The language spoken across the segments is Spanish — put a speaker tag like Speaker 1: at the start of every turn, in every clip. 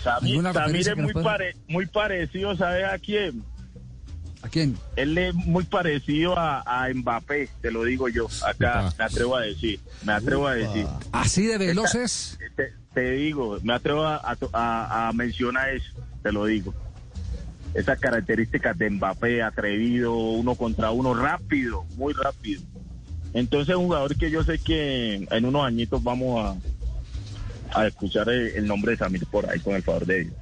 Speaker 1: Samir,
Speaker 2: Ninguna
Speaker 1: Samir
Speaker 2: referencia
Speaker 1: es
Speaker 2: que nos
Speaker 1: muy,
Speaker 2: pueda-
Speaker 1: pare- muy parecido, ¿sabes a quién?
Speaker 2: ¿A quién?
Speaker 1: Él es muy parecido a, a Mbappé, te lo digo yo. Acá
Speaker 3: Upa.
Speaker 1: me atrevo a decir, me atrevo a decir.
Speaker 2: ¿Así de veloces?
Speaker 1: Te, te digo, me atrevo a, a to- a- a mencionar eso, te lo digo. Esas características de Mbappé, atrevido, uno contra uno, rápido, muy rápido. Entonces, un jugador que yo sé que en unos añitos vamos a, a escuchar el, el nombre de Samir por ahí, con el favor de ellos.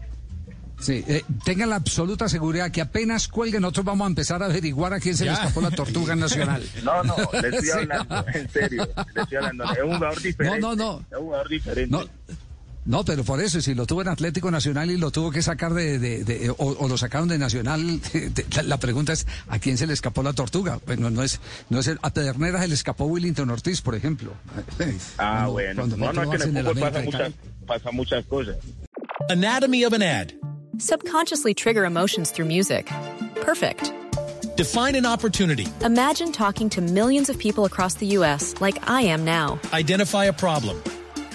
Speaker 2: Sí, eh, tengan la absoluta seguridad que apenas cuelguen, nosotros vamos a empezar a averiguar a quién se le
Speaker 3: Ya.
Speaker 2: escapó la tortuga nacional.
Speaker 1: No, no, le estoy
Speaker 2: Sí.
Speaker 1: hablando, en serio, le estoy hablando. Es un jugador diferente.
Speaker 2: No, no, no.
Speaker 1: Es un jugador diferente.
Speaker 2: No, no, pero por eso, si lo tuvo en Atlético Nacional y lo tuvo que sacar de, de- de- eh, o, o lo sacaron de Nacional, de- la- la pregunta es, ¿a quién se le escapó la tortuga? Pues no, no es, no es el- a Pedernera se le escapó Willington Ortiz, por ejemplo.
Speaker 1: Ah,
Speaker 2: Cuando-
Speaker 1: bueno.
Speaker 2: cuando
Speaker 1: no, no, es que
Speaker 2: Petro
Speaker 1: en el
Speaker 2: Vaz
Speaker 1: fútbol
Speaker 2: América
Speaker 1: pasa
Speaker 2: de
Speaker 1: muchas,
Speaker 2: Cali.
Speaker 1: pasa muchas cosas.
Speaker 4: Anatomy of an ad.
Speaker 5: Subconsciously trigger emotions through music. Perfect.
Speaker 4: Define an opportunity.
Speaker 5: Imagine talking to millions of people across the U.S. like I am now.
Speaker 4: Identify a problem.